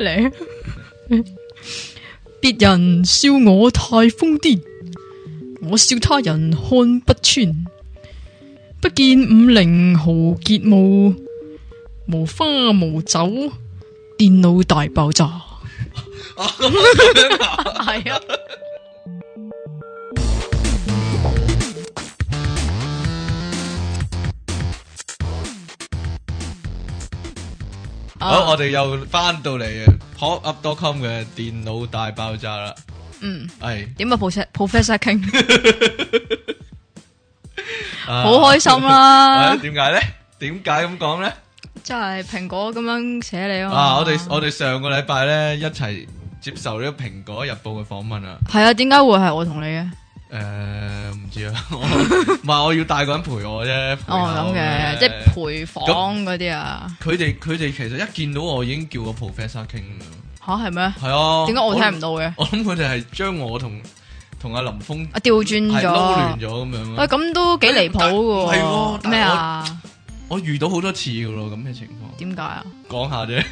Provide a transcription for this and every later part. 嚟，別人笑我太瘋癲，我笑他人看不穿。不見五陵豪傑墓，無花無酒，電腦大爆炸。 係啊，啊好，我哋又翻到嚟 pop up dot com 嘅電腦大爆炸啦。嗯，係點啊，Professor Professor King， 啊好開心啦 係，點解咧？點解咁講咧？即係蘋果咁樣寫你啊嘛。啊！我哋我哋上個禮拜咧一齊接受呢個《蘋果日報》嘅訪問啊。係啊，點解會係我同你嘅？誒，唔知啊， 我唔係我要帶個人陪我啫。陪哦，啊下我咁嘅，即係陪房嗰啲啊，佢哋佢哋其實一見到我已經叫個 professor 傾啦。吓係咩？係啊。點解我聽唔到嘅？我諗佢哋係將我同同阿林峰啊，調轉係撈亂咗，咗咁樣啊喂，咯。咁都幾離譜但嗯係喎嘅喎，但係咩啊？我遇到好多次噶咯，咁嘅情況。點解啊？講下啫，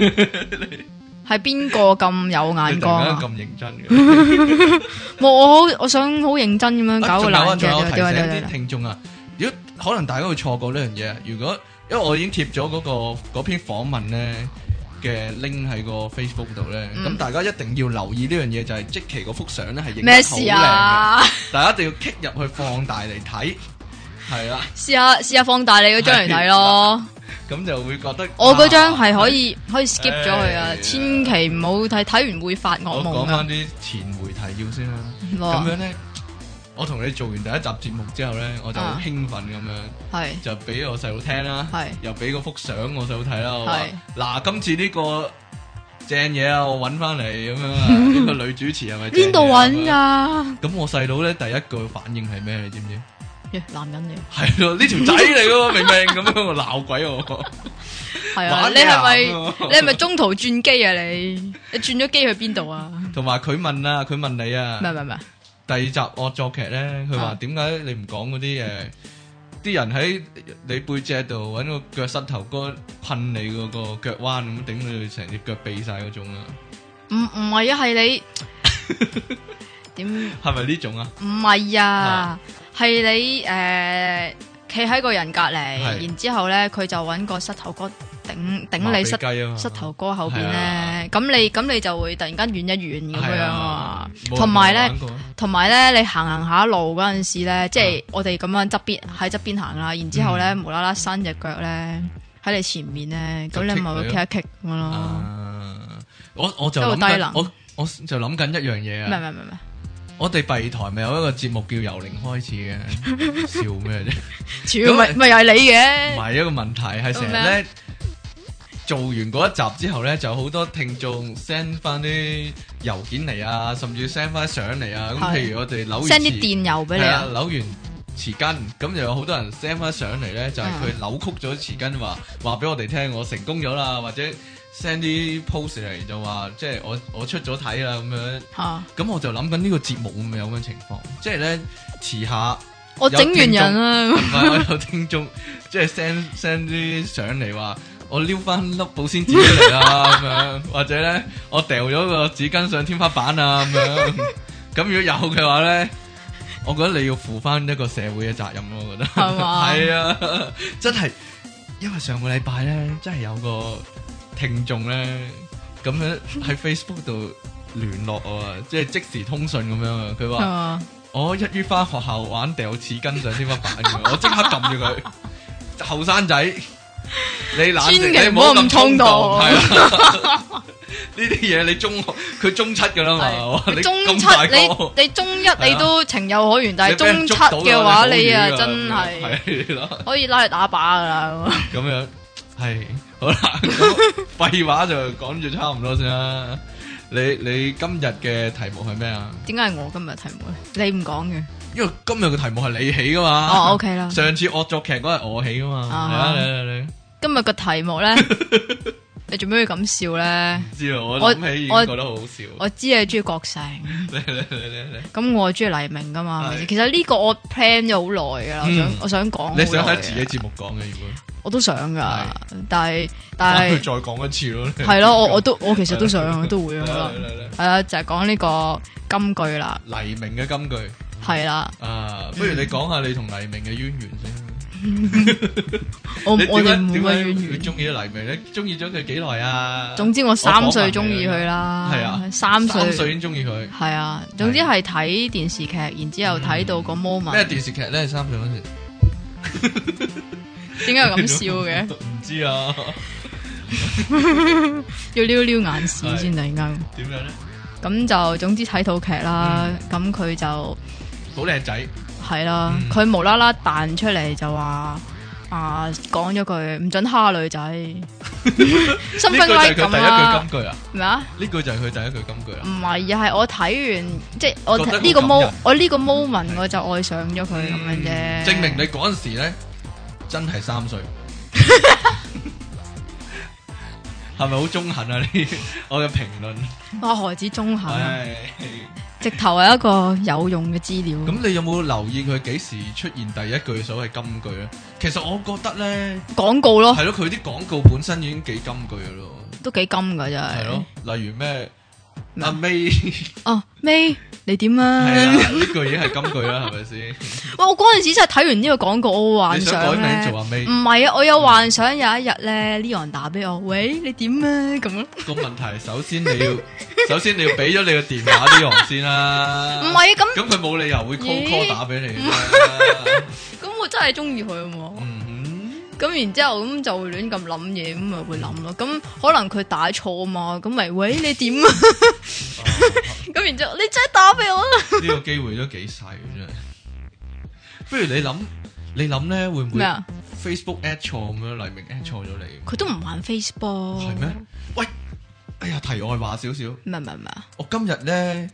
係邊個咁有眼你突光然啊間？咁認真嘅。 冇，我好，我想好認真咁樣 啊搞個仲有啊爛仲有嘅，提對醒對對啲聽眾啊，如果可能大家會錯過呢樣嘢，如果因為我已經貼咗嗰個嗰篇訪問咧嘅 link 喺個 Facebook 度咧，嗯咁大家一定要留意呢樣嘢，就係即期嗰幅相咧係影咩得好事靚嘅，啊？大家一定要 kick 入去放大嚟睇，係啦，試下試下放大你嗰張嚟睇咯，咁就會覺得我嗰張啊係可以可以 skip 咗佢啊哎，千祈唔好睇，睇完會發我噩講夢翻啊！啲前回提要 先啦。哇咁樣咧，我同你做完第一集節目之後咧，我就好啊興奮咁樣，係就俾我細佬聽啦係，又俾嗰幅相我細佬睇啦。我話係 嗱，今次呢個正嘢啊，我揾翻嚟咁樣啊，呢個女主持係咪正嘢啊邊度揾？啊咁樣㗎？咁我細佬咧第一句反應係咩？你知唔知？耶男人嚟，係咯，呢條仔嚟喎，明明咁樣我鬧鬼我。係啊！玩你係咪男啊你係咪中途轉機啊？你你轉咗機去邊度啊？同埋佢問啊，佢問你啊唔，係唔係唔係，第二集惡作劇咧，佢話啊點解你唔講嗰啲誒？啲人喺你背脊度揾個腳膝頭哥困你嗰個腳彎咁，頂到你成隻腳痹晒嗰種啊，唔唔係啊， 係你點？係咪呢種啊？唔係啊啊，係你誒企喺個人隔離，係然之後咧佢就揾個膝頭哥頂麻頂痹你膝雞啊嘛膝頭哥後邊係啊咧，咁你咁你就會突然間軟一軟咁係樣啊，冇同埋咧人。玩過啊同埋咧，你行行下路嗰陣時咧，即係我哋咁樣側邊喺側邊行啦，然之後咧、嗯無啦啦伸只腳咧喺你前面咧，就咁你 kick 咪會 kick 你咯一 kick 咁樣咯。啊我我就一路諗緊低能我我就諗緊一樣嘢唔係唔啊！係唔係唔係，我哋閉台咪有一個節目叫由零開始 嘅，笑咩啫？屌咪咪又係你唔嘅，係一個問題，係成日咁咧做完嗰一集之後咧，就好多聽眾 send 翻啲郵件嚟啊，甚至 send 翻相嚟啊。咁係譬如我哋扭完 send 啲匙電郵俾你係啊啊，，扭完匙羹，咁就有好多人 send 翻相嚟咧，就嗯係佢扭曲咗匙羹，話話俾我哋聽，我成功咗啦，或者 send 啲 post 嚟就話，即係我我出咗體啦咁樣。嚇！咁我就諗緊呢個節目會唔會有咁嘅情況？即係咧遲下。我整完人啦，唔係我有聽眾 即係 send send 啲相嚟話，我撩翻粒保鮮紙出 嚟啦咁樣，或者咧我掉咗個紙巾上天花板啊 咁樣。咁如果有嘅話咧，我覺得你要負翻一個社會嘅責任咯，我覺得係嘛 係啊，真係因為上個禮拜咧，真係有個聽眾咧咁樣喺 Facebook 度聯絡我啊，即係即時通訊咁樣啊，佢係話。嘛？我一於翻學校玩掉紙巾上天花板嘅，我即刻 撳住佢。後生仔，你冷靜，千祈你唔唔好好咁衝咁衝動動，係啦。 呢啲嘢你中學佢中七噶啦嘛，哇係中咁七大個你你中一你都情有可原，但係你俾中人七捉到嘅話你啊好真瘀啊係係咯，可以拉去打靶噶啦，咁樣係好啦。咁廢話就講住差唔多先啦。你你今日嘅題目係咩啊？點解係我今日題目咧？你唔講嘅，因為今日嘅題目係你起噶嘛。哦 OK 啦，上次惡作劇嗰日我起噶嘛，啊嚟啊嚟嚟嚟，今日個題目咧你做咩要咁笑咧？知道我我諗起已我經覺得好好笑。我知你中意郭成，嚟嚟嚟嚟嚟，咁我中意黎明噶嘛？係咪係先其實呢個我 plan 咗好耐噶啦，我想嗯我想講，你想喺自己，節目講嘅，如果我都想噶，但係但翻去係 再講一次咯。你係咯，我我都我其實都想，都會嚟噶嚟啦，嚟係啦，就係講呢個金句啦，嚟黎明嘅金句係啦，啊，不如你講下你同黎明嘅淵源先。我我哋冇乜淵你點解點解會源。中意黎明咧？中意咗佢幾耐啊？總之我三歲中意佢啦，係啊，三三歲歲已經中意佢。係啊，總之係睇電視劇，然之後睇到個 moment，嗯咩電視劇咧？三歲嗰時點解要咁笑 嘅？唔知啊，要撩撩眼屎先突然間。點樣咧？咁就總之睇套劇啦，咁嗯佢就好靚仔，係啦，嗯佢無啦啦彈出嚟就話啊講咗句唔准蝦 女仔，心呢句分就威係佢咁第啦一句金，句啊！咩啊？呢句就係佢第一句金句唔啊！係啊，係我睇完即係我覺睇得呢個好感 mo 人嗯我呢個 moment 我就愛上咗佢咁樣啫，證明你 嗰陣時咧真係三歲，係咪好中肯啊？呢 我嘅評論，哇何止中肯啊，唉，直頭係一個有用嘅資料。咁你有冇留意佢幾時出現第一句所謂金句咧？其實我覺得咧。廣告咯，系咯，佢啲廣告本身已經幾金句嘅咯，都幾金噶真係係。咯，例如咩咩 阿 May 係哦，May 你點啊，啊？ 呢句已經係金句啦，係咪先？喂，我嗰阵时真係睇完呢個廣告，我好幻你想改想名咧做。阿唔 May 係啊，我有幻想有一日咧，Leon 打俾我，喂，你點啊？咁咯，個問題，首先你要首先你要俾咗你個電話啲行先啦，唔係啊，咁咁佢冇理由會 call 咦 call 打俾你嘅 啫，咁我真係中意佢啊嘛。嗯咁然之後咁就會亂咁諗嘢，咁咪會諗咯。咁可能佢打錯啊嘛，咁咪喂你點啊？哼，咁然之後你真係打俾我啦。啊呢個機會都幾細嘅真係。不如你諗，你諗咧會唔會咩啊？ Facebook at 錯咁樣，黎明 at 錯咗你？佢都唔玩 Facebook。系咩？？喂，哎呀，題外話少少，唔係唔係唔係啊我今日咧，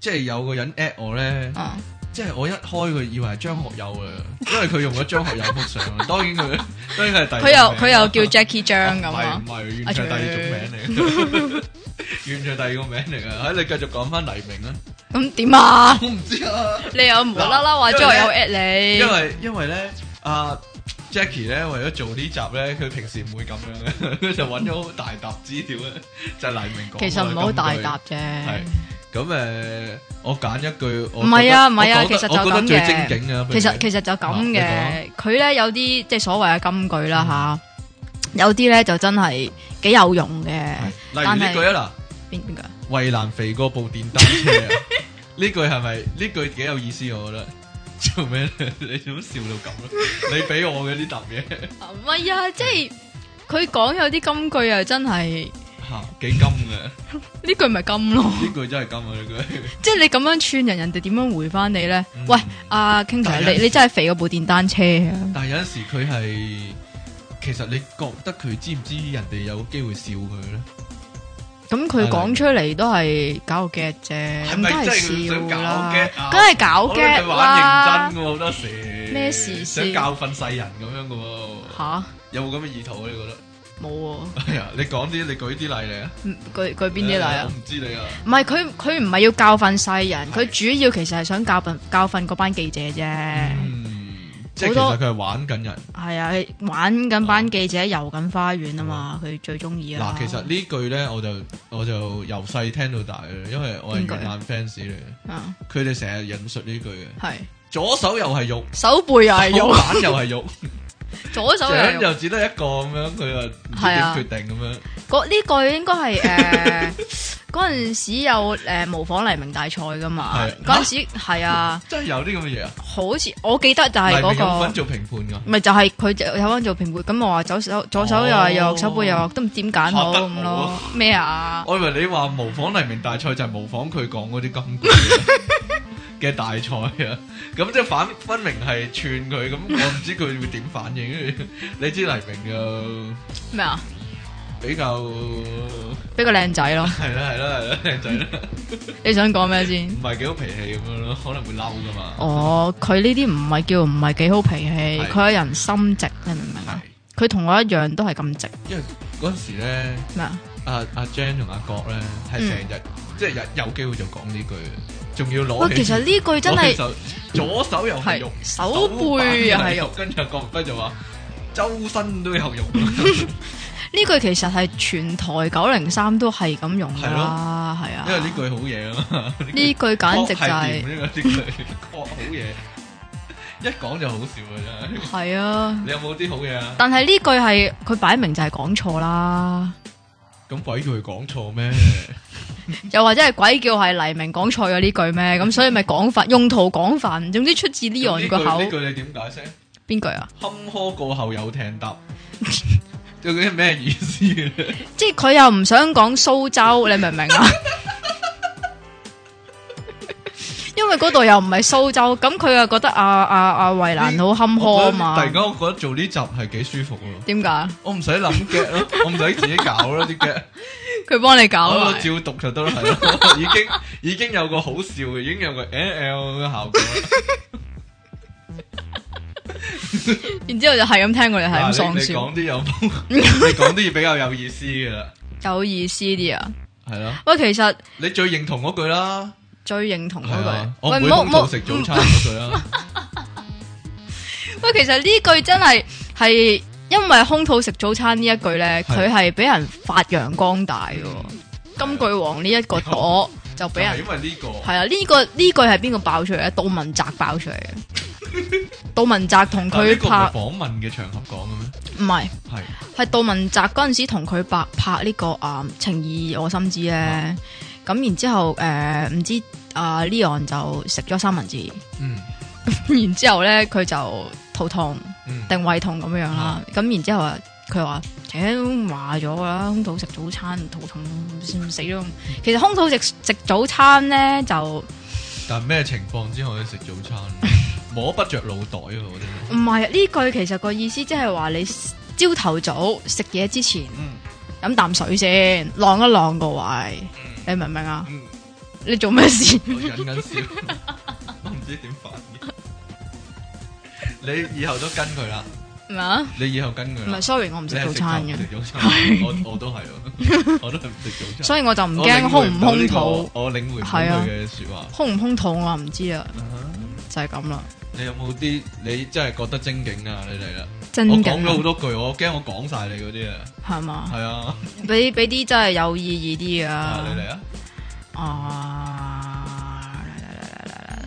即係有個人 at 我咧，嗯！即係我一開佢以為係張學友啊，因為佢用咗張學友幅相，啊當然佢，當然佢係第哦二佢又佢個名啊啦又叫 Jackie Ờ, 張咁啊唔係唔。係，完全係第二種名嚟，完全係第二個名嚟啊！唉，你繼續講翻黎明啦，咁點啊？我唔知啊，你又無啦啦話嗱之後有 at 你因，為因為咧，阿 à, Jackie 咧為咗做呢集咧，佢平時唔會咁 樣嘅，佢就揾咗好大沓資料咧，就係黎明講。其實唔係好大沓。答啫。係咁誒，我揀一句，我唔係啊覺得唔係啊我覺得其實就我覺得咁最嘅精警啊，其實不如其實就咁啊嗯嘅，佢咧有啲即係所謂嘅金句啦吓，有啲咧就真係幾有用嘅。例如呢但係句啊邊邊個？嗱，衞蘭肥過部電單車啊，呢句係咪呢句幾有意思？我覺得做咩呢？你做乜笑到咁咧？你俾我嘅呢啖嘢啊唔係啊，即係佢講有啲金句啊，真係嚇幾金嘅，呢句咪金 咯。呢句真係金啊！呢句即係你咁樣串人，人哋點樣回翻你咧嗯？喂，阿 King Sir，但係啊你你真係肥過部電單車啊！但係有陣時佢係其實你覺得佢知唔知人哋有機會笑佢咧？咁佢講出嚟都係搞個 get 啫，啊係咁梗咪真係係笑想搞啦 get 啊，梗係搞我覺得 get 佢玩啦認。真嘅喎，好多時咩事想先教訓世人咁樣嘅喎，吓，有冇咁嘅意圖啊？你覺得？冇喎，哎呀，你講啲，你舉啲例嚟啊？嗯舉舉邊啲例誒啊我？唔知你啊，唔係佢佢唔係要教訓世人，佢主要其實係想教訓教訓嗰班記者啫。嗯，即好係其多實佢係玩緊人。係啊，佢玩緊班記者遊緊花園啊嘛，佢最中意啊。嗱，其實呢句咧，我就我就由細聽到大嘅，因為我係邊句啊元朗 fans 嚟嘅，啊佢哋成日引述呢句嘅，係左手又係肉，手背又係手肉，板又 係肉，左手又啊係掌肉。又只得一個咁樣，佢又唔知係點啊決定咁樣。嗰呢句應該 係誒嗰陣時有誒模仿黎明大賽噶嘛係。嗰陣時係啊，真係有啲咁嘅嘢啊！好似我記得就係黎明有冇嗰個份。做評啊判㗎？咪就係佢就有翻做評判，咁我話左手左手又係右，手背又右，都唔知點揀哦好嚇得咁我咯啊。咩啊？我以為你話模仿黎明大賽就係模仿佢講嗰啲金句嘅大賽啊，咁即係反分明係串佢，咁我唔知佢會點反應。跟住你知黎明又咩啊？比較俾個靚仔 咯，係啦係啦係啦靚仔啦，你想講咩先？唔係幾好脾氣咁樣咯，可能會嬲噶嘛。哦，佢呢啲唔係叫唔係幾好脾氣係，佢係人心直，你明唔明啊？係，佢同我一樣都係咁直，因為嗰陣時咧，咩啊？阿阿 Jan 同阿郭咧嗯係成日，即係有有機會就講呢句，仲要攞喂，起其實呢句真係攞起手左手又係係肉，手背又係肉肉，，跟住郭輝就話周身都 有肉， 呢句其實係全台九零三都係咁用噶係啦，係啊，因為呢句好嘢啊嘛，呢句呢句 簡直就係係掂呢個呢句郭好嘢，一講就好笑啊真係。係啊，你有冇啲好嘢 啊？但係呢句係佢擺明就係講錯啦，咁鬼叫佢講錯咩？又或者係鬼叫係黎明講錯咗呢句咩？咁所以咪講法用途廣泛，總之出自呢咁樣呢個口呢句你點解釋？邊句啊？坎坷過後有艇 搭，究竟係咩意思咧？即係佢又唔想講蘇州，你明唔明啊？ 因為嗰度又唔係蘇州，咁佢又覺得阿阿阿衛蘭好坎坷啊我覺嘛得突然？間我覺得做呢集係幾舒服咯，點解？我唔使諗 get 咯，我唔使自己搞咯啲 get，佢幫你搞啊我埋照讀就得啦，係 咯，已經已經有個好笑嘅，已經有個 L 嘅效果啦。然之後就係咁聽我哋係咁嗱你喪你笑，講啲有， 你講啲比較有意思嘅啦，有意思啲啊！係咯，喂，其實你最認同嗰句啦，最認同嗰係啊句，，我喂唔會好空好肚食 早餐嗰句啦。喂，其實呢句真係係因為空肚食早餐呢一句咧，係佢係俾人發揚光大嘅喎。金句王呢一個 朵就俾就係人因為呢個係啊，呢個呢句係邊個爆出嚟咧？杜汶澤爆出嚟嘅。 杜汶澤同但係呢佢個唔拍係訪問嘅場合講嘅咩？唔係，係係杜汶澤嗰陣時同佢拍拍呢、個啊、情義我心知啊咧。咁然之後誒，呃唔、知啊 Leon 就食咗三文治， 嗯然之後咧佢就肚痛。嗯。定胃痛咁樣啦。咁然之後啊，佢話：，切都話咗啦，空肚食早餐肚痛，算死嗯咯。其實空肚食食早餐咧，就唔但咩情況之下可以食 早餐？摸不着腦袋喎，我真係。係啊呢句，其實個意思即係話你朝頭早食嘢之前嗯飲啖水先，晾一晾個胃，你明唔明啊？嗯，你做咩 事？我忍緊笑， 我唔知點反應。你以後都跟佢啦，咩啊？你以後跟佢唔啦係。，sorry，我唔食你係早餐就嘅唔，食早餐，我我都係 咯，我都係唔食早餐。所以我就唔我驚領空會唔到呢空個肚，我領會唔到係啊佢嘅説話。空唔空肚我唔知啊，啊哈就係咁啦。你有冇啲你真係覺得精警啊？你嚟啦！真我講咗好嘅多句，我驚我講晒你嗰啲啊。係嘛？係啊，俾俾啲真係有意義啲啊啊！你嚟啊！啊，嚟嚟嚟嚟嚟嚟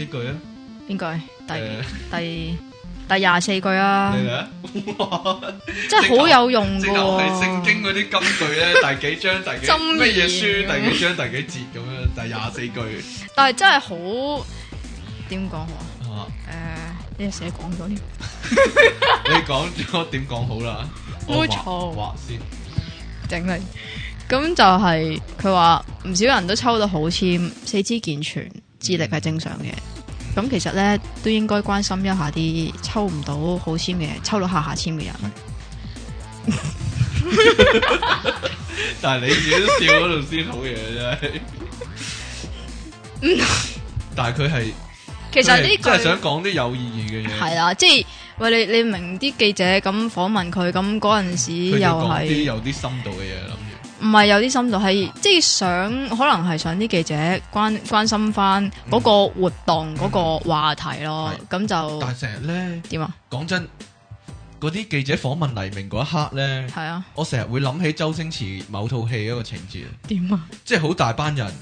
呢句啊，邊句？第、誒第第廿四句啊你，嚟啊！哇真係好有用即噶係我哋喎！聖經嗰啲金句咧，第幾章、第幾箴言乜嘢書、第幾章、第幾節咁樣，第廿四句但係真係好點講好啊？係 嘛？誒、呢寫講咗添，你講咗點講好啦？冇錯話先整嚟。咁就係佢話唔少人都抽到好簽，四肢健全，智力係正常嘅。咁其實咧都應該關心一下啲抽唔到好簽嘅，抽到下下簽嘅人。但係你自己都笑嗰度先好嘢真係。但係佢係其實呢佢係真係句想講啲有意義嘅嘢，系啦，啊即系喂你你明啲記者咁訪問佢咁嗰陣時佢就又講啲係有啲深度嘅嘢諗住。唔係有啲深度係即係想可能係想啲記者關關心翻嗰個活動嗰個話題咯，咁就但嗯係成日咧，點啊？講真，嗰啲記者訪問黎明嗰一刻咧，係啊，我成日會諗起周星馳某套戲一個情節。點啊？即係好大班人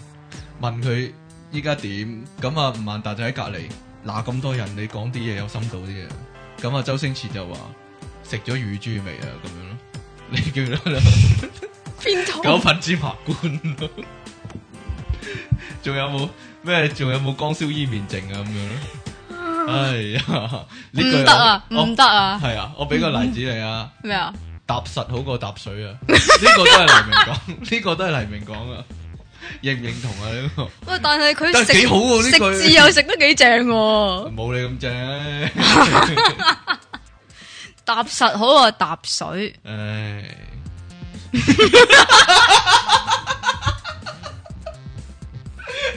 問佢依家點，咁啊吳孟達就喺隔離，嗱咁多人你講啲嘢有深度啲嘢，咁啊周星馳就話食咗乳豬未啊咁樣咯， 你叫啦邊九套？品芝麻官咯，仲有冇咩？仲有冇光燒伊面淨啊咁樣咯？哎呀，呢句啊唔得啊！我唔得啊！係啊，我俾個例子你啊，咩啊？踏實好過踏水啊！呢個都係黎明講， 呢個都係黎明講啊，認唔認同啊呢個？喂，但係佢但食係幾好喎呢句食字又食得幾正喎，冇你咁正，踏實好啊，踏水。唉，喂，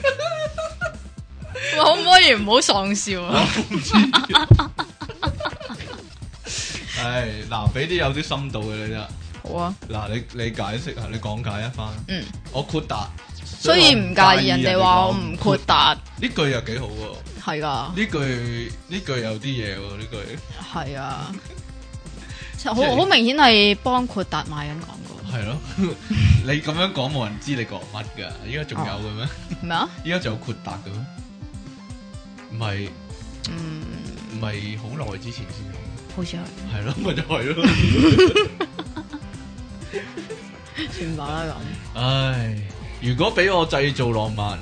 可唔可以唔好喪笑啊？唉，嗱，俾啲有啲深度嘅你啦，好啊，嗱，你你解釋下，你講解一番。嗯，我豁達，雖然唔介意人哋話我唔豁呢達，句又幾好喎。係噶，呢句呢句有啲嘢喎，呢句係啊，好即係好明顯係幫豁達賣緊廣告， 係咯。你咁樣講冇人知你講乜㗎？依家仲有嘅咩？咩啊？依家仲有豁達嘅咩？唔係嗯，唔係好耐之前先有，好似係。係咯，咪就係咯。算吧啦唉，如果俾我製造浪漫，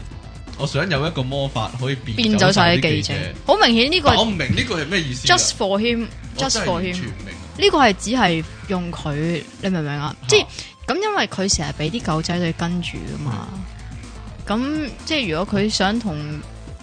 我想有一個魔法可以咁，變 變走晒啲記記者，好明顯呢個但我唔明呢句係咩意思啊 just for him，just for 我真係完全 him，唔明。呢個係只係用佢，你明唔明啊？即係嚇咁，因為佢成日俾啲狗仔隊跟住噶嘛，咁即係如果佢想同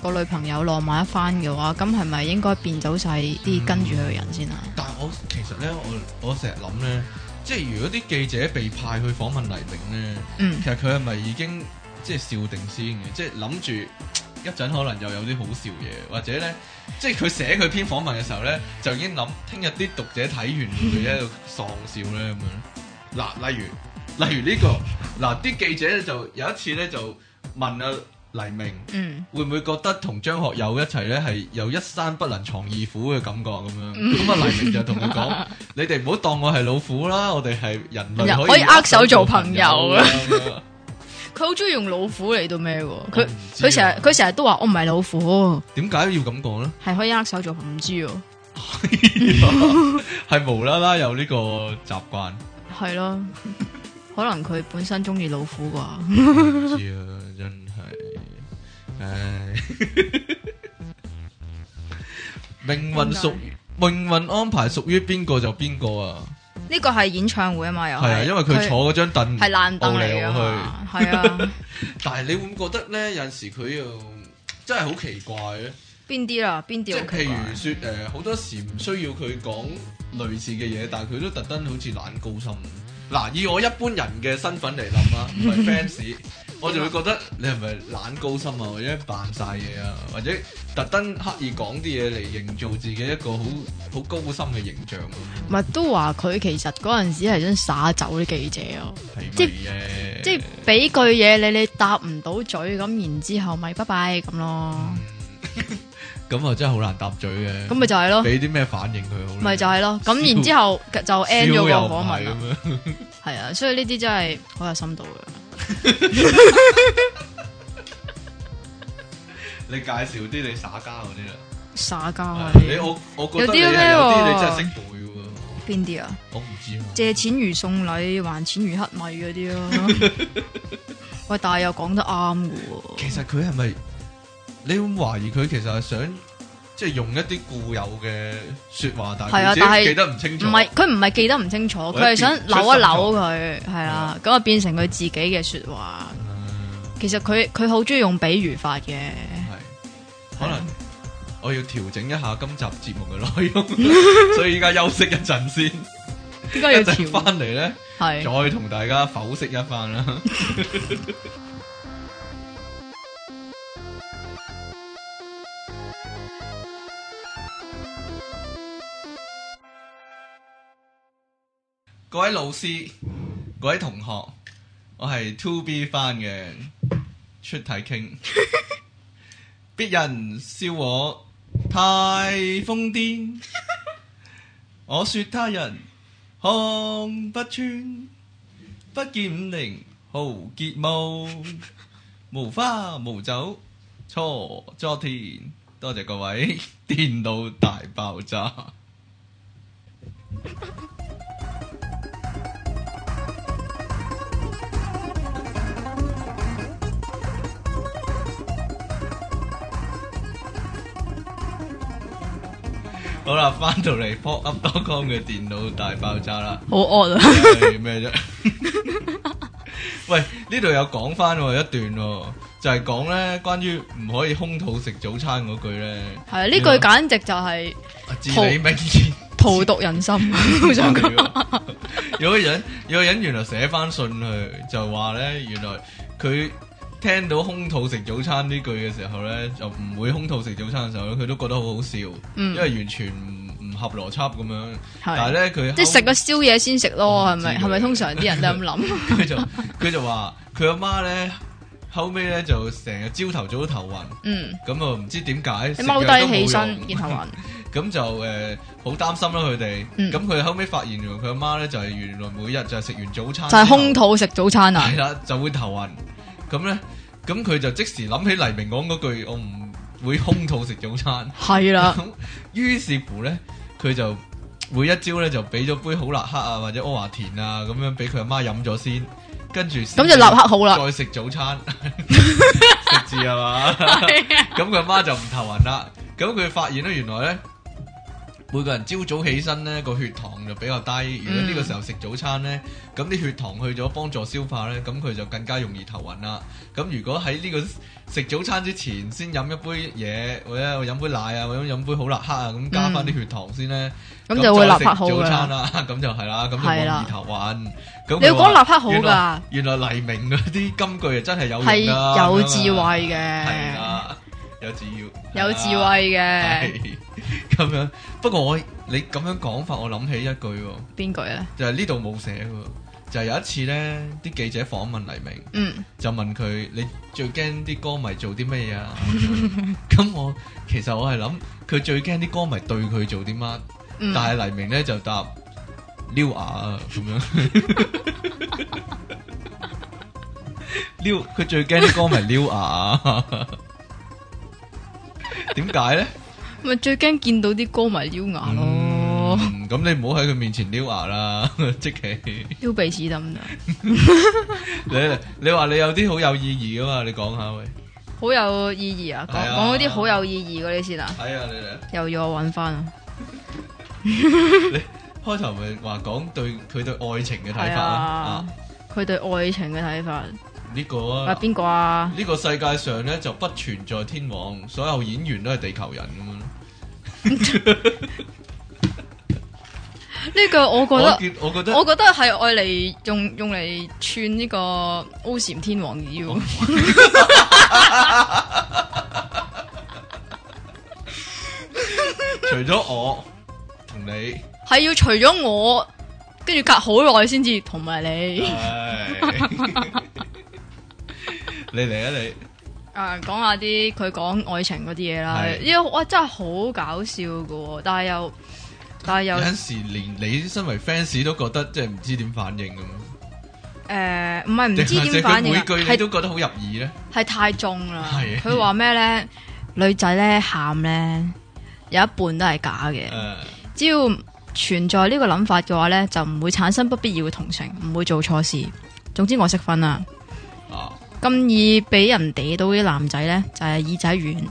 個女朋友浪漫一番嘅話，咁係咪應該變走晒啲跟住佢嘅人先啊？但係我其實咧，我我成日諗咧，即係如果啲記者被派去訪問黎明咧，嗯，其實佢係咪已經即係笑定先嘅？即係諗住一陣可能又有啲好笑嘢，或者咧，即係佢寫佢篇訪問嘅時候咧，就已經諗聽日啲讀者睇完會喺度喪笑咧咁樣。嗱，例如例如呢、個嗱，啲記者咧就有一次咧就問阿、黎明。嗯，會唔會覺得同張學友一齊咧係有一山不能藏二虎嘅感覺咁樣？嗯咁啊黎明就同 佢講：你哋唔好當我係老虎啦，我哋係人類可以握手做朋朋友啊咁樣佢好中意用老虎嚟到咩喎？我佢唔知啊佢成日佢成日都話我唔係老虎， 點解要 咁講咧？係可以握呃手做唔知喎，係無啦啦有呢個習慣， 係咯， 可能佢本身中意老虎啩。唔知啊，真係，唉，命運屬命運安排屬於邊個就邊個啊？呢個係演唱會啊嘛，又係啊，因為佢坐嗰張凳係爛凳傲嚟嚟噶傲去。嘛，係啊，但係你會唔會覺得咧？有陣時佢又真係好奇怪咧，邊啲啦，邊即啲係 OK 譬如説誒，好多時唔需要佢講類似嘅嘢，但係佢都特登好似懶高深。嗱，以我一般人嘅身份嚟諗啦，唔係 fans，我就會覺得你係咪懶高深啊，或者扮晒嘢啊，或者特登刻意講啲嘢嚟營造自己一個好好高深嘅形象咁，咪都話佢其實嗰陣時係想耍走啲記者咯，即係係咪咧？即係俾句嘢你，你答唔到嘴咁，然之後咪拜拜咁咯， 嗯咁啊，真係好難搭嘴嘅。咁咪就係咯，俾啲咩反應佢好咧？咪就係咯，咁然之後就 end 咗個訪問啦，啦。係啊，所以呢啲真係好有深度嘅，你介紹啲你耍家嗰啲啦。耍家啊你我我覺得你有啲咩喎係有啲你真係識背嘅喎。邊啲啊？我唔知啊。借錢如送禮，還錢如乞米嗰啲咯。 喂，但係又講得啱嘅喎。其實佢係咪？你會唔會懷疑佢其實係想即係用一啲固有嘅説話，但係啊但係佢自係己記得唔清楚。唔係，佢唔係記得唔清楚，或者佢係想變扭一扭佢，係啊啦，咁啊變成佢自己嘅説話。嗯，其實佢佢好中意用比喻法嘅，係可能啊我要調整一下今集節目嘅內 容，所以依家休息一陣先，一點解 要陣翻調？嚟咧係再同大家剖析一番啦。 各位老師、各位同學，我係 To B 班嘅出體傾，別人笑我太瘋癲，我說他人看不穿，不見五陵豪傑墓，無花無酒錯昨天。多謝各位， 電腦大爆炸。好啦，翻到嚟 pop up.com 嘅電腦大爆炸啦。好惡 啊！係咩啫？喂，呢度有講翻喎一段喎，就係講咧關於唔可以空肚食早餐嗰句咧，係啊呢句簡直就係啊至理名言。荼毒人心， 好想講。有個人，有個人原來寫翻信去，就話咧，原來佢聽到空肚食早餐呢句嘅時候咧，就唔會空肚食早餐嘅時候咧，佢都覺得好好笑，嗯因為完全唔唔唔合邏輯咁樣。但係係咧佢即係食個宵夜先食咯，我係唔知咪？佢係咪通常啲人都係咁諗？ 佢就佢就話佢阿媽咧後尾咧就成日朝頭早頭暈，嗯，咁啊唔知點解你食藥踎都低冇起用身，然後 暈，咁就誒好擔心啦佢哋。嗯咁佢後尾發現原來佢阿媽咧就係原來每日就係食完早餐就係之後空肚食早餐啊係！啦，就會頭暈。咁咧，咁佢就即時諗起黎明講嗰句：我唔會空肚食早餐。係啦，咁於是乎咧，佢就每一朝咧就俾咗杯好辣黑啊，或者阿華田啊咁樣俾佢阿媽飲咗先，跟住咁就立刻好啦。再食早餐， 食字係啊嘛？ 咁佢阿媽就唔頭暈啦。咁佢發現咧，原來咧每個人朝早起身咧個血糖就比較低，如果呢個時候食早餐咧，咁啲血糖去咗幫助消化咧，咁佢就更加容易頭暈啦。咁如果喺呢個食早餐之前先飲一杯嘢，或者飲杯奶啊，或者飲杯好辣黑啊，咁加翻啲血糖先咧， 咁就會立刻再食好早噶餐啦。啦， 咁就係啦，咁就係冇啦易頭暈。咁你要佢話講立刻好原㗎來，原來黎明嗰啲金句啊，真係有用係㗎有智慧，係嘅，啊，有智慧，有智係啊，慧嘅。係咁樣。不過我你咁樣講法，我諗起一句喎，邊句啊咧？ 就係呢度冇寫喎，就係有一次咧，啲記者訪問黎明，嗯，就問佢你最驚啲歌迷做啲乜嘢啊？咁我其實我係諗佢最驚啲歌迷對佢做啲乜。嗯但係黎明咧就答撩牙啊咁樣， 撩佢最驚啲歌迷撩牙啊，點解咧？咪最驚見到啲歌迷撩牙咯，嗯咁你唔好喺佢面前撩牙啦， 即其撩鼻屎得唔得？你你話你有啲好有意義噶嘛？你講下喂，好有意義啊！講係啊講嗰啲好有意義嗰啲先啊，係啊，你嚟，又要我揾翻啊！開頭咪話講對佢對愛情嘅係睇法啦，啊啊，佢對愛情嘅睇法，呢個啊話。邊個啊？呢個世界上咧就不存在天王，所有演員都係地球人咁樣咯。呢個我覺我得，覺我覺得我覺得係愛嚟用用嚟串呢個 O 禪天王嘅腰。除咗我同你，係要除咗我，跟住隔好耐先至同埋你。 唉你嚟啊你，啊，講下啲佢講愛情嗰啲嘢啦，係因為哇真係好搞笑㗎喎，但係又但係又有陣時連你身為 fans 都覺得即係唔知點反應咁誒樣，唔係唔定知係點反應啊，佢每句你係都覺得好入耳咧？係太重啦係。佢話咩咧？女仔咧喊咧有一半都係假嘅，誒，只要存在呢個諗法嘅話咧，就唔會產生不必要嘅同情，唔會做錯事。總之我識分啦。啊，咁易俾人哋到啲男仔咧，就係、耳仔軟；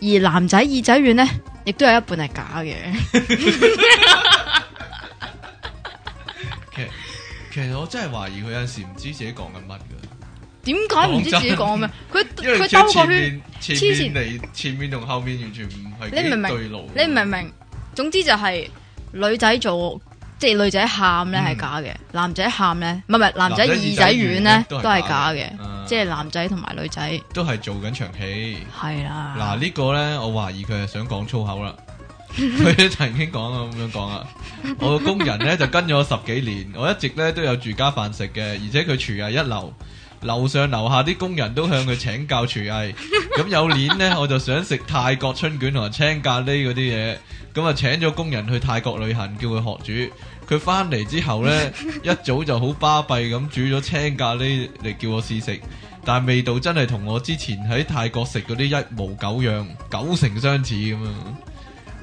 而男仔耳仔軟咧，亦都有一半係假嘅。其實其實我真係懷疑佢有陣時唔知自己講緊乜㗎，點解唔知自己講咩？佢因為佢佢兜前個圈，面前黐面嚟前面同後面完全唔係你明唔幾明對路，你明唔明？總之就係女仔做，即係女仔喊咧係假嘅，男仔喊咧唔係唔係男仔耳仔軟咧都都係係假假嘅啊嘅，即係男仔同埋女仔都係做緊場戲。係啦嗱。呢個呢，我懷疑佢係想講粗口啦。 佢都曾經講啊，咁樣講啊。我個工人呢，就跟咗我十幾年，我一直呢都有住家飯食嘅，而且佢廚藝一流，樓上樓下啲工人都向佢請教廚藝。咁有年呢，我就想食泰國春卷同埋青咖喱嗰啲嘢，咁啊請咗工人去泰國旅行，叫佢學煮。佢翻嚟之後呢，一早就好巴閉咁煮咗青咖喱嚟叫我試食。但味道真係同我之前喺泰國食嗰啲一模九樣，九成相似咁樣。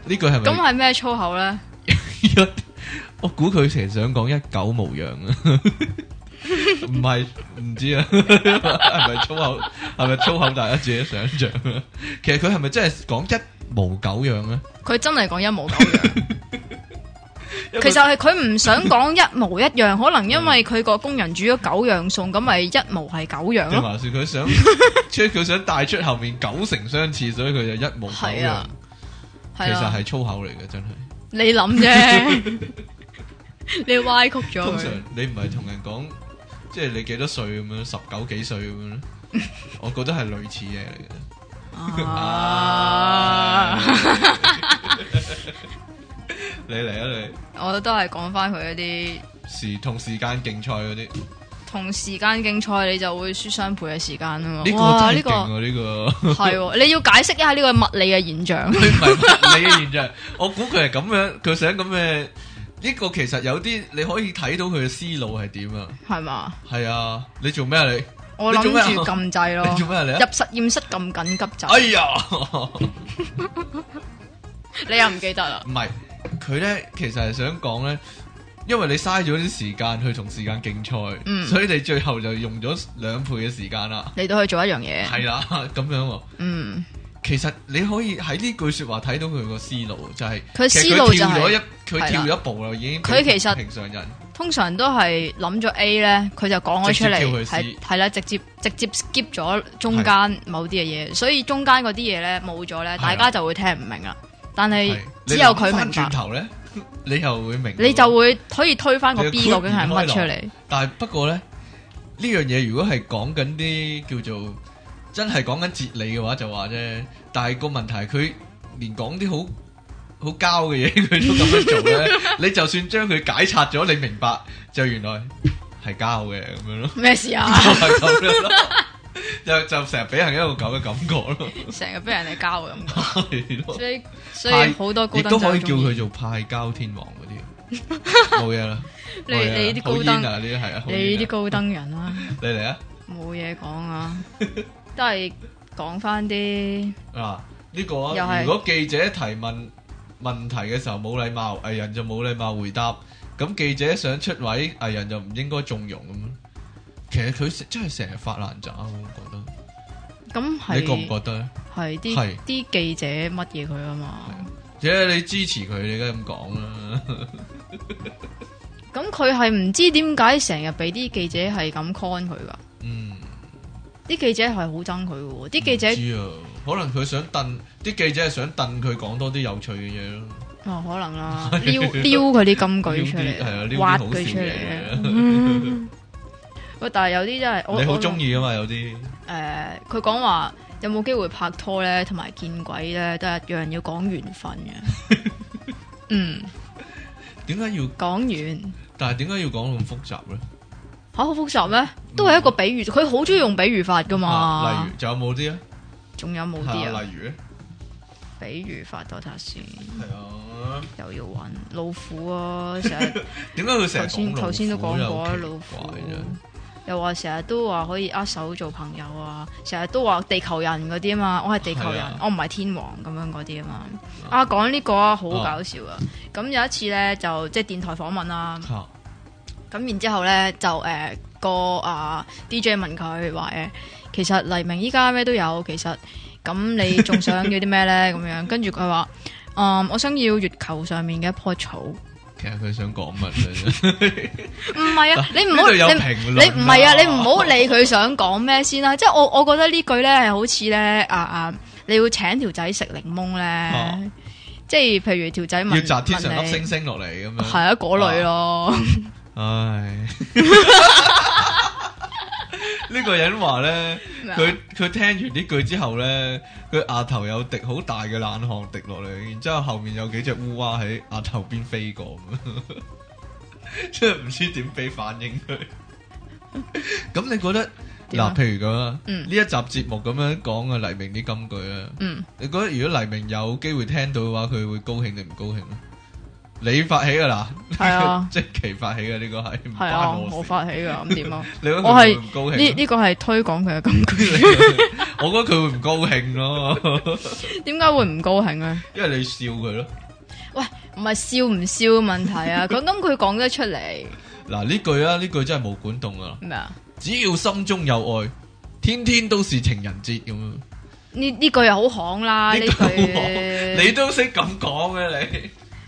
呢句係咁咪？係咩粗口咧？我估佢成日想講一九無樣啊，唔係唔知啊，係咪粗口？係咪粗口？大家自己想象啊。其實佢係咪真係講一模九樣咧？佢真係講一模九樣。 其實係佢唔想講一模一樣，可能因為佢個工人煮咗九樣餸，咁咪一模係九樣即咯。係話說 佢想，即係佢想帶出後面九成相似，所以佢就一模九係樣啊。其係實啊，係粗口嚟嘅，真係。你諗 啫，你歪曲咗通佢常。你唔係同人講，即係你幾多歲咁樣，十九幾歲咁樣咧？ 我覺得係類似嘢嚟嘅。啊， 你嚟啊我都係講翻佢一啲你時同時間競賽嗰啲，同時間競賽，你就會輸雙倍嘅時間啊嘛。呢哇，個呢真係個勁啊！呢個係喎，你要解釋一下呢個物理嘅現象。 佢唔係你嘅現象，我估佢係咁樣，佢想咁嘅呢個其實有啲你可以睇到佢嘅思路係點啊。係嘛？係啊，你做咩啊你？我你諗做咩啊住撳掣咯，你做咩啊你啊哦入實驗室撳緊急哎掣，呀， 你又唔記得啦？唔係佢咧，其實係想講咧，因為你嘥咗啲時間去同時間競賽，嗯所以你最後就用咗兩倍嘅時間啦。你都可以做一樣嘢，係啦， 咁樣喎。嗯，其實你可以喺呢句说話睇到佢個思路，就係佢其實思路就跳咗一係佢跳咗一步啦，已經佢其實平常人通常都係諗咗 A 咧，佢就講咗出直接跳去嚟， C 係係啦，直接直接 skip 咗中間某啲嘅嘢，所以中間嗰啲嘢咧冇咗咧，係啦大家就會聽唔明啦。但係係只有佢你諗返明轉白，頭咧， 你又會明。你就會可以推翻個你 B 豁究竟係乜然開出朗嚟。但係不過咧，呢樣嘢如果係講緊啲叫做真係講緊哲理嘅話，就話啫。但係個問題係佢連講啲好好膠嘅嘢，佢都咁樣做咧。 你就算將佢解拆咗，你明白就原來係膠嘅咁樣咯， 咩事就啊？係咁樣咯。就就成日俾人一個咁嘅感覺 咯，成日俾人哋交咁，係咯所以所以好多高亦都登仔可以都叫中佢意。做派膠天王嗰啲，冇嘢啦。 你冇嘢啦你啲好高煙登，啊，呢啲係啊，好你煙啊啲高登人啦，你嚟啊！冇嘢講 啊，都係講翻啲。嗱，呢個又啊，係如果記者提問問題嘅時候冇禮貌，藝人就冇禮貌回答。咁記者想出位，藝人就唔應該縱容咁樣。其實佢真係成日發爛渣，我覺咁得。你覺唔係覺得咧？係係啲啲記者乜嘢佢啊嘛？即係你支持佢，你梗係咁講啦。咁佢係唔知點解成日俾啲記者係咁 con 佢噶？嗯，啲記者係好憎佢嘅喎，啲記者唔知啊，可能佢想燉啲記者係想燉佢講多啲有趣嘅嘢咯。哦可能 啦，係撩撩佢啲金句出撩啲係啊嚟，撩啲挖好笑佢出嘅嚟嘢。啊嗯喂，但係有啲真係我你好我中意啊嘛，有啲誒，佢講話有冇機會拍拖咧，同埋見鬼咧，都係一樣要講緣分嘅。 嗯，點解要？講緣但係點解要講咁複雜咧？嚇好複雜咩？都係一個比喻，佢好中意用比喻法噶啊嘛例。如仲有冇啲啊？仲有冇啲係啊啊？例如咧，比喻法多睇下先，係啊。又要揾老虎啊！成日點解佢成頭先日講頭先都講講過啊，老虎又話成日都話可以握手做朋友啊，成日都話地球人嗰啲啊嘛，我係地球係人啊，我唔係天王咁樣嗰啲啊嘛。啊，講呢個啊，好搞笑啊！咁有一次咧，就即係電台訪問啦，嚇咁然之後咧就誒個啊 DJ 問佢話誒，其實黎明依家咩都有，其實咁你仲想要啲咩咧？咁樣跟住佢話，嗯，我想要月球上面嘅一棵草。唔其實佢想講乜咧？係啊， 你唔呢好度你有評論你唔係啊，啊你唔好理佢想講咩先啦。即係我我覺得呢句咧係好似咧啊啊，你要請條仔食檸檬哦咧，即係譬如條仔問要摘天上問粒你星哦星落嚟咁係樣，啊嗰類咯。唉。 呢個人話咧，咩啊佢佢聽完呢句之後咧，佢額頭有滴好大嘅冷汗滴落嚟，然之後後面有幾隻烏鴉喺額頭邊飛過咁 樣，即係唔知點俾反應佢。咁你覺得點啊嗱，譬如咁啊，呢嗯一集節目咁樣講啊黎明啲金句啊，嗯，你覺得如果黎明有機會聽到嘅話，佢會高興定唔高興咧？你發起噶啦，係啊 即期發起嘅呢個係唔係啊，關我我事。發起㗎，咁點 啊？你覺得我佢會係唔高興呢呢？呢個係推廣佢嘅金句， 我覺得佢會唔高興咯， 點解會唔高興咧？因為你笑佢咯。唔係笑唔笑嘅問題啊， 佢咁佢講得出嚟嗱呢句啊，呢句真係冇管動啊！咩啊？只要心中有愛，天天都是情人節咁樣。呢呢句又好行啦，呢呢句你都識咁講嘅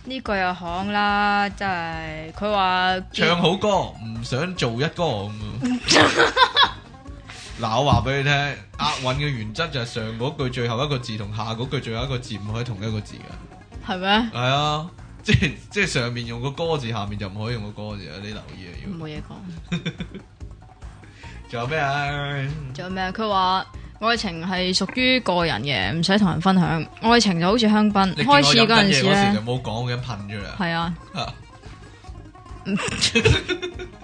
你，呢句又行啦，真係佢話唱好歌唔想做一哥 咁樣。嗱，我話俾你聽，押韻嘅原則就係上嗰句最後一個字同下嗰句最後一個字唔可以同一個字嘅。係咩？系啊， 即系即系上面用個歌字，下面就唔可以用個歌字啊！你留意啊，嗯要。冇嘢講，仲有咩啊？啊仲有咩？佢話。愛情係屬於個人嘅，唔使同人分享。愛情就好似香檳，你見開我始飲嗰緊陣嘢時嗰時咧就，冇講嘅噴出嚟係啊 啊。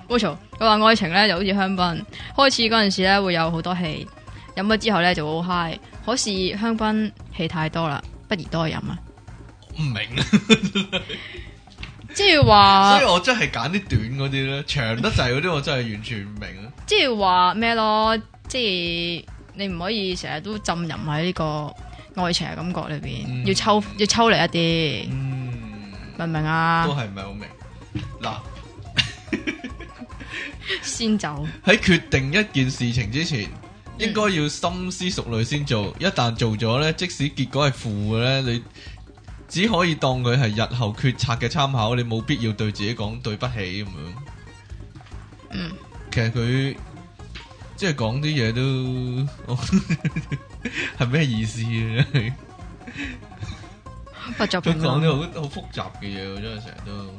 ，Rachel 佢話愛情咧就好似香檳，開始嗰陣時咧會有好多氣，飲咗之後咧就好 high。可是香檳氣太多啦，不如多飲啊！唔明，啊即係話所以。我真係揀啲短嗰啲咧，長得滯嗰啲我真係完全唔明啊。即係話咩咯？即係你唔可以成日都浸淫喺呢個愛情嘅感覺裏邊，嗯要抽要抽離一啲，嗯，明唔明都啊？係唔係好明。嗱，先走，喺決定一件事情之前，應該要深思熟慮先做。一旦做咗呢，即使結果係負嘅呢，你只可以當佢係日後決策嘅參考，你冇必要對自己講對不起咁樣。嗯，其實佢即係講啲嘢都， 我係咩意思咧？不作佢評講論。啲好好複雜嘅嘢，我真係成日都。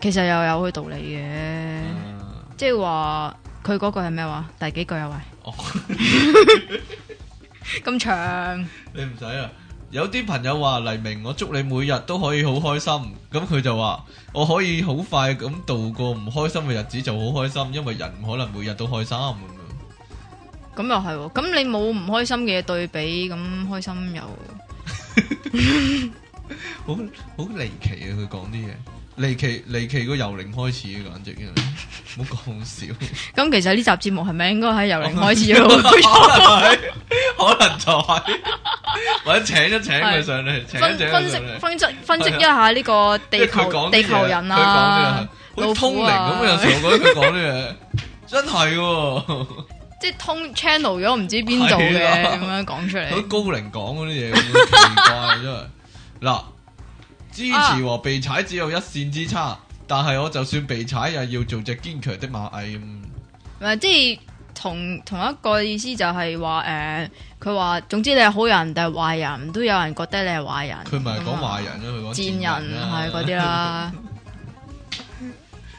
其實又有佢道理嘅，啊即係話佢嗰句係咩話？第幾句啊？哦喂， 咁長你唔使啊！有啲朋友話黎明，我祝你每日都可以好開心。咁佢就話哦我可以好快咁度過唔開心嘅日子就好開心，因為人唔可能每日都開心啊咁樣。咁又係喎。咁你冇唔開心嘅對比，咁開心又好好離奇啊！佢講啲嘢離奇離奇過由零開始嘅，簡直係唔好講笑。咁。其實呢集節目係咪應該喺由零開始啊 可咯？能係，可能就係、或者請一請佢上嚟，請一分請分佢析上嚟。分析分析一下呢個啊因地為佢球講啲地嘢球人佢講啲嘢啊係，老好通虎靈啊咁，有時候我覺得佢講啲嘢 真係喎。啊即係通 channel 咗唔知邊度嘅係啊咁樣講出好嚟。高齡講嗰啲嘢咁樣奇怪真係。啊嗱，支持和被踩只有一線之差，但係我就算被踩，又要做只堅強的螞蟻咁。咪即係同同一個意思就係話誒，佢話總之你係好人定係壞人，都有人覺得你係壞人。佢唔係講壞咁啊，人啊啦，佢講賤人啦係嗰啲。 啦。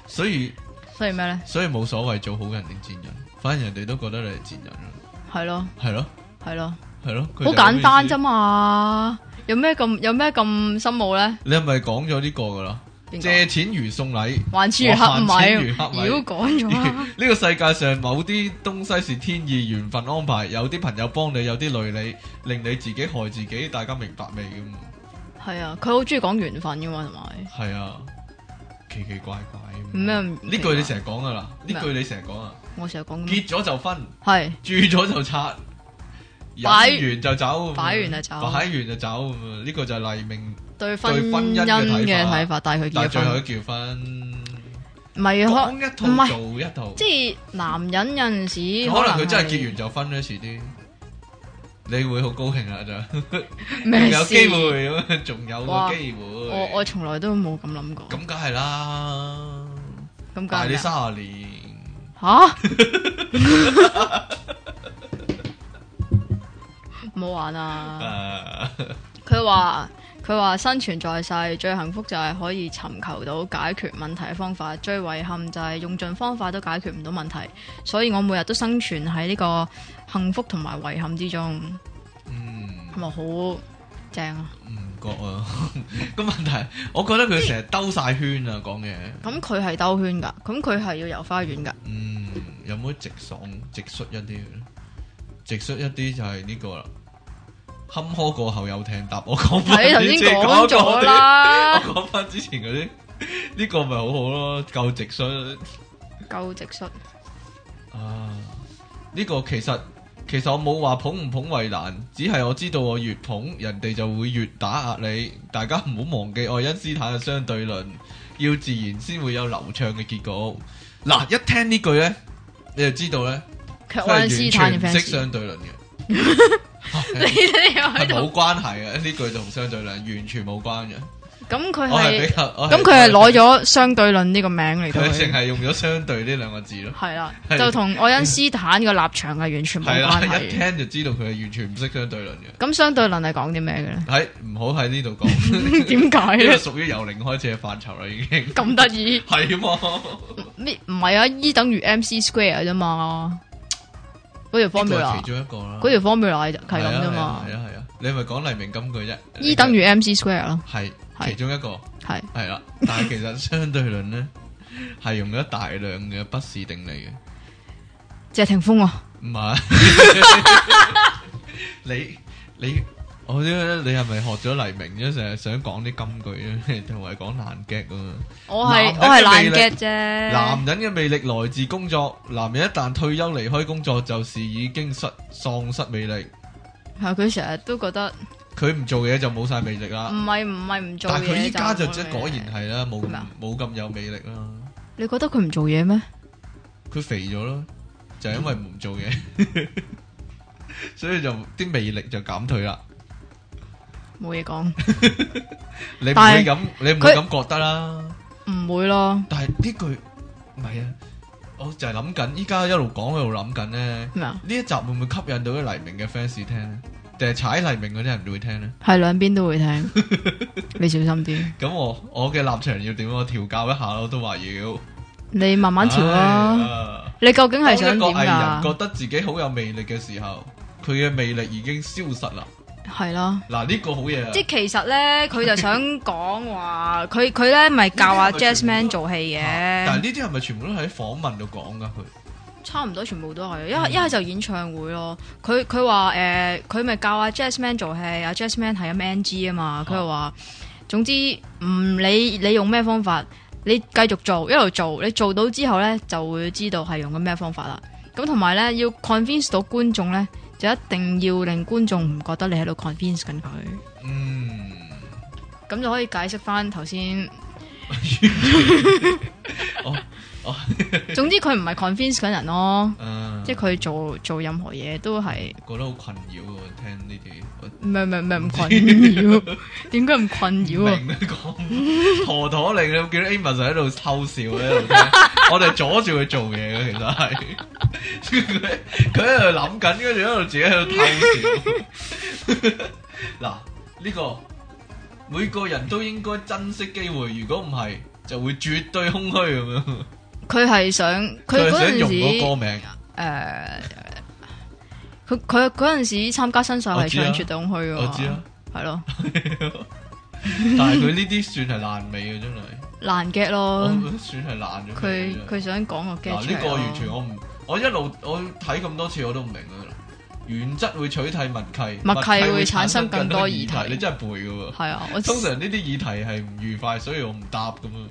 所以所以咩咧？所以冇所謂做好人定賤人，反而人哋都覺得你係賤人啦。係咯，係咯，係咯，係咯，佢好就係咁嘅簡單啫意思。嘛。有咩咁有咩咁深奧咧？你係咪講咗呢個噶啦？邊個借錢如送禮。還錢如黑還錢如米，黑米妖講咗啊啦。 呢個世界上某啲東西是天意緣分安排，有啲朋友幫你，有啲累你，令你自己害自己，大家明白未咁？係啊，佢好中意講緣分噶嘛，同埋。係啊，奇奇怪怪咁。咩唔呢句你成日講噶啦，咩啊呢句你成日講啊，我成日講咁，結咗就分，係住咗就拆，飲擺完就走，擺完就走擺完就走咁啊！呢個就係黎明，對婚對婚姻姻嘅嘅睇法睇法，但係佢但係結最咗後婚，結婚，唔係講可一唔套係做一套，即係男人有陣時可能佢真係係結完就分咧，遲啲你會好高興啊！就。仲 咩有事機會咁樣， 仲有個機會。我我從來都冇咁諗過，咁梗係啦，咁解啊大你咩三十年， 吓？唔好玩啊！誒， 佢話佢話生存在世最幸福就係可以尋求到解決問題嘅方法，最遺憾就係用盡方法都解決唔到問題，所以我每日都生存喺呢個幸福同埋遺憾之中，嗯，係咪好正啊？唔覺啊。 咁問題，我覺得佢成日兜晒圈啊，講嘢。咁佢係兜圈 㗎，咁佢係要遊花園㗎。嗯，有冇直爽、直率一啲嘅咧？直率一啲就係呢個啦。坎坷過後有艇搭，我講翻你頭先講咗，我啦，講翻之前嗰啲，呢個咪好好咯，夠直率。夠直率。啊！呢、個其實其實我冇話捧唔捧為難，只係我知道我越捧人哋就會越打壓你。大家唔好忘記愛因斯坦嘅相對論，要自然先會有流暢嘅結果。嗱，一聽呢句呢，你就知道呢，其實佢愛因斯係坦嘅完全唔識 fans，相對論嘅， 你 你又係喺冇度。關係嘅。呢句同相對論完全冇關嘅。咁佢我係係比較，我咁佢係攞，咗相對論呢個名嚟到佢淨去。係用咗相對呢兩個字咯。係啦，係就同愛因斯坦嘅立場係完全冇係啦，關一係嘅。聽就知道佢係完全唔識相對論嘅。咁相對論係講啲咩嘅 咧？喺唔好喺呢度講，呢點解個咧？屬於由零開始嘅範疇啦，已 經咁得意係啊嘛。咩？唔係啊，E 等於 MC square 啫嘛。嗰條呢個係 formula，其中一個啦。嗰條 formula 就係咁啫係啊嘛係啊係啊，你係咪講黎明金句啫，E 等於 MC square 咯，係係其中一個。係系啦，但系其實相對論咧係用咗大量嘅不是定理嘅，謝霆鋒啊，唔係 你你我知啦你係咪學咗黎明啫？成日想講啲金句啫， 同埋講爛 g 啊嘛。我係我男係爛人嘅魅力 get 啫，男人嘅魅力來自工作，男人一旦退休離開工作，就是已經失喪失魅力。係佢成日都覺得佢唔做嘢就冇晒魅力唔啦。係唔係唔嗯做嘢，但係佢依家就即係係果然係啦，冇咩啊冇咁有魅力啦。你覺得佢唔做嘢咩？佢肥咗咯，就係因為唔做嘢， 所以就啲魅力就減退啦。冇嘢講，你唔但係會咁，你唔會咁覺得啦。唔會咯，但係呢句唔係啊，我就係諗緊，依家一路講一路諗緊咧，呢咩啊？一集會唔會吸引到啲黎明嘅 fans 聽咧？定係踩黎明嗰啲人會聽咧？係兩邊都會 聽，你小心啲，咁我我嘅立場要點？我調教一下咯，我都話要你慢慢調啦。啦。你究竟當係一想個點藝人㗎？覺得自己好有魅力嘅時候，佢嘅魅力已經消失啦。係啦。嗱，呢個好嘢啊！即係其實咧，佢就想講話，佢佢咧咪教阿 呢啲係咪 Jasmine 全部都做戲但係嘅，呢啲係咪全部都喺訪問度講噶？佢差唔多全部都係，一嗯係一係就演唱會咯。佢佢話誒，佢咪教阿 Jasmine 做戲，阿 Jasmine 係咁 NG 啊嘛，佢又話總之唔理你用咩方法，你繼續做一路做，你做到之後咧就會知道係用緊咩方法啦。咁同埋咧要 convince 到觀眾咧，就一定要令觀眾唔覺得你喺度 convince 緊佢。嗯，咁就可以解釋翻頭先。 哦哦 總之佢唔係 convince 緊人咯，誒，即係佢做做任何嘢都係啊覺得好困擾喎，聽呢啲我唔係唔係唔係唔困擾，點解唔困擾啊？明你講陀陀嚟，你有冇見到 Amos 喺度偷笑咧？ 喺度聽我哋阻住佢做嘢嘅，其實係佢佢喺度諗緊，跟住喺度自己喺度偷笑。嗱，呢個每個人都應該珍惜機會，如果唔係就會絕對空虛咁樣。佢係想佢係嗰陣想用個歌時啊名。誒，佢佢嗰陣時參加新秀我係知啊唱絕對空虛㗎我知啊嘛，係咯但係佢呢啲算係爛尾嘅，真係，爛 get 我咯，覺得算係爛咗哦佢嘅。佢想講個 get 嗱出呢嚟個咯完全我唔，我一路我睇咁多次我都唔明啊。原則會取替默契，默契會會產生更多議題你真係背嘅 喎。係啊，我通呢常呢啲議題係唔愉快，所以我唔答咁樣。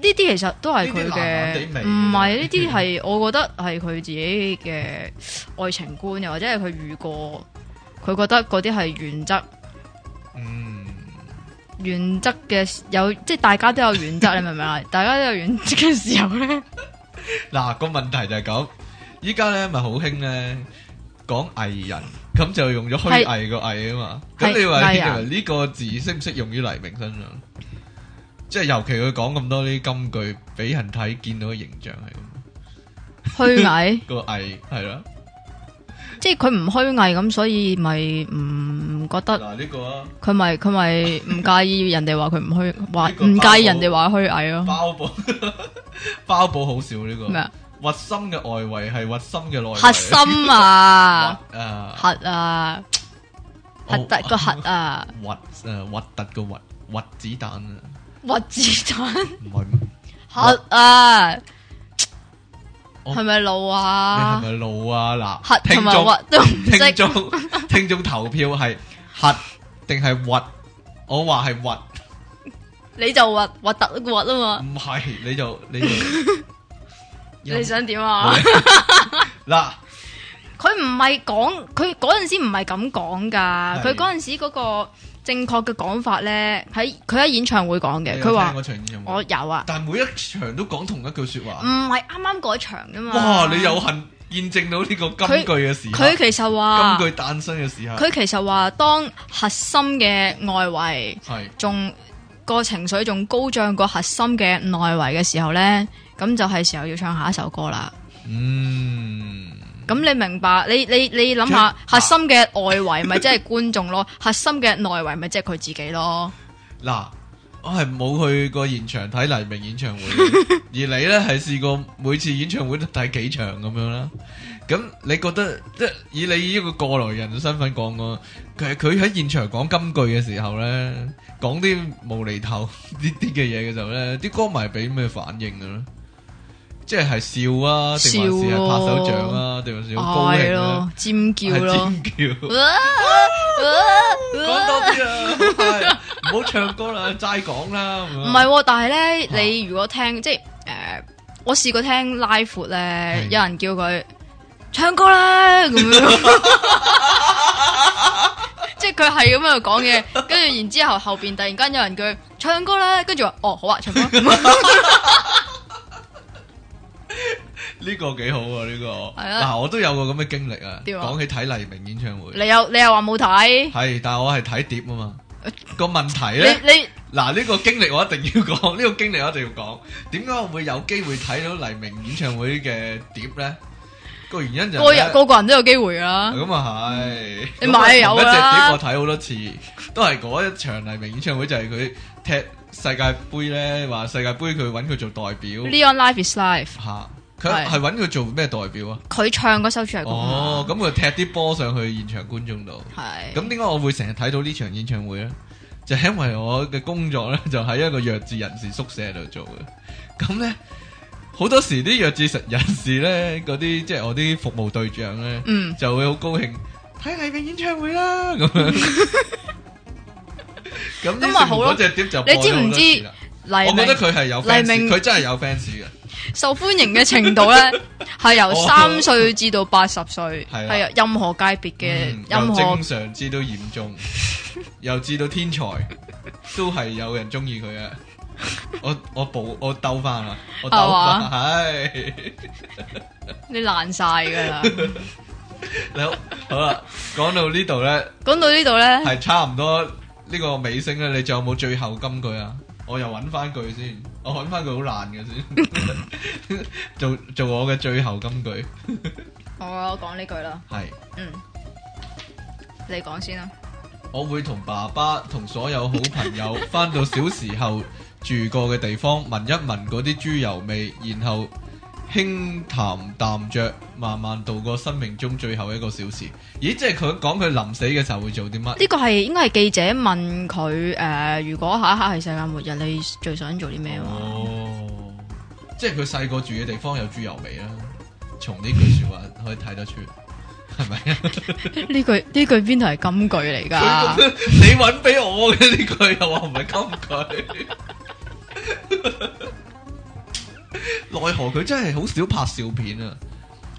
啲其實都係佢呢啲難難地嘅，味啊唔係呢啲係我覺得係佢自己嘅愛情觀，又或者係佢遇過，佢覺得嗰啲係原則。嗯，原則嘅有，即係大家都有原則，你明唔明 啊？大家都有原則嘅時候咧，嗱個問題就係咁，依家咧咪好興咧講藝人，咁就用咗虛偽個偽啊嘛。咁係你話藝你人話呢個字適唔適用於黎明身上？即係尤其佢講咁多呢啲金句，俾人睇見到嘅形象係咁，虛偽，個偽係啦。即係佢唔虛偽咁，所以咪唔覺得嗱呢個啊，佢咪佢咪 唔介意人哋話佢唔虛，話呢個唔介意包人哋話虛偽咯。包保 包保好少呢咩個。啊？核心嘅外圍係核心嘅內圍核 心啊，核啊核啊，核突個核啊， 核啊核突個核核子彈啊，核子彈，唔係咩？核啊，我係咪路你係啊？咪路啊？核嗱，同聽埋眾核都唔聽識，眾 聽眾投票係核定係核？我話係核，你就核核突個核啊嘛。唔係你就你就 你想點啊？ 嗱佢唔係講，佢嗰陣時唔係咁講噶係。佢嗰陣時嗰個正確嘅講法咧，喺佢喺演唱會講嘅。佢話我場有冇我有啊，但係每一場都講同一句說唔話，係啱啱嗰場噶嘛。哇！你有啊幸見證到呢個金句嘅時刻，啊佢其實話金句誕生嘅時刻，佢其實話，當核心嘅外圍係仲個情緒仲高漲過核心嘅內圍嘅時候咧，咁就係時候要唱下一首歌啦。嗯，咁你明白？你你你諗啊下，核心嘅外圍咪即係觀眾咯，核心嘅內圍咪即係佢自己咯。嗱，我係冇去過現場睇黎 明演唱會嘅，而你呢係試過每次演唱會都睇幾場咁樣啦。咁你覺得即係以你呢個過來人嘅身份講啊，佢佢喺現場講金句嘅時候咧，講啲無厘頭 呢啲嘅嘢嘅時候咧，啲歌迷俾咩反應嘅咧？即係係笑啊，定還是笑係咯拍手掌啊，定還是好高嗌興咯啊？，尖叫咯，啊 係尖叫。哇哇講多啲啊，係唔好唱歌啦，齋講啦。咁樣唔係喎，但係咧，啊你如果聽即係誒、呃我試過聽拉闊咧，有人叫佢唱歌啦咁 樣，即係佢係咁喺度講嘢，跟住然之後後邊突然間有人叫佢唱歌啦，跟住話哦好啊唱歌， 係呢個幾好啊，呢個係啊嗱，我都有個咁嘅經歷啊。點啊講起睇黎明演唱會，你又你又話冇睇，係，啊但係我係睇碟啊嘛。個問題你咧，你嗱呢個經歷我一定要講， 呢個經歷我一定要講。點解我會有機會睇到黎明演唱會嘅碟咧？個原因就個係呢人個個人都有機會㗎啦，咁啊係，你買就有啊一隻碟啦我睇好多次，都係嗰一場黎明演唱會就係佢踢世界盃咧，話世界盃佢揾佢做代表。 Leon Life is Life，吓，佢係係揾佢做咩代表啊？佢唱嗰首主題曲哦啊，咁佢踢啲波上去現場觀眾度。係咁點解我會成日睇到呢場演唱會咧？就係因為我嘅工作咧，就喺一個弱智人士宿舍度做嘅。咁咧，好多時啲弱智人士咧，嗰啲即係我啲服務對象咧， 嗯就會好高興睇黎明演唱會啦咁樣。咁咁咪於是乎好咯嗰隻碟就你播咗知唔好多知次啦黎我覺明得。佢係有黎明 fans，佢真係有 fans 嘅。受歡迎嘅程度咧， 係由哦三歲至到八十歲，係啦係啊，任何界別嘅嗯由任何正常至到嚴 重，又至到天才，都係有人中意佢嘅。我我補我兜翻啦，我兜係嘛翻，唉，你爛晒噶 啦。你好好啦，講到呢度咧，講到呢度咧，係差唔多呢個尾聲啦。你仲有冇最後金句啊？我又揾翻句先，我揾翻句好難嘅 先，做做我嘅最後金句好啊我講呢句啦，係。嗯，你講先啦。我會同爸爸同所有好朋友翻到小時候住過嘅地方，聞一聞嗰啲豬油味，然後輕談淡着，慢慢度過生命中最後一個小時。咦，即係佢講佢臨死嘅時候會做啲乜？呢個係應該係記者問佢呃誒，如果下一刻係世界末日，你最想做啲咩嘛？哦，即係佢細個住嘅地方有豬油味啦。從呢句說話可以睇得出，係咪啊？呢句呢句邊度係金句嚟㗎？ 你揾俾我嘅呢句 又話唔係金句，奈何佢真係好少拍笑片啊！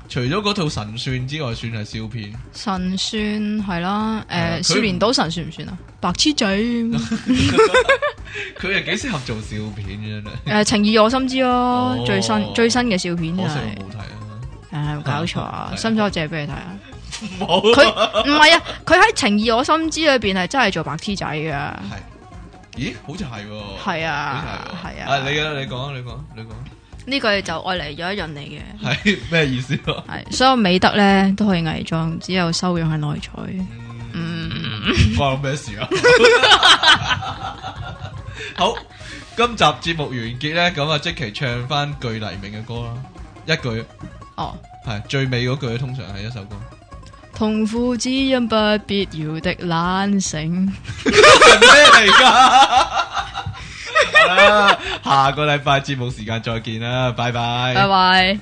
除咗嗰套神算之外，算係笑片。神算係啦，係啊誒，佢少年賭神算唔算啊？白痴仔，誒，佢係幾適合做笑片嘅真係，情義呃我心知咯哦，最新最新嘅笑片就可惜係我。冇睇啊！唉，有冇搞錯啊 係！啊使唔使我借俾你睇啊？冇佢唔係啊，佢喺《情義我心知》裏邊係真係做白痴仔啊噶，係，咦？好似係喎，係啊好，似係係喎啊，你嘅啦，你講，你講，你講，呢句就愛嚟咗一潤你嘅，係咩意思啊？係所有美德咧都可以偽裝，只有修養係內在。嗯， 關我咩事啊？好，今集節目完結咧，咁啊，即期唱翻句黎明嘅歌啦，一句哦，係最尾嗰句，通常係一首歌，痛苦只因不必要的懶醒。係咩嚟噶？好啦，下個禮拜節目時間再見啦，拜拜拜。拜。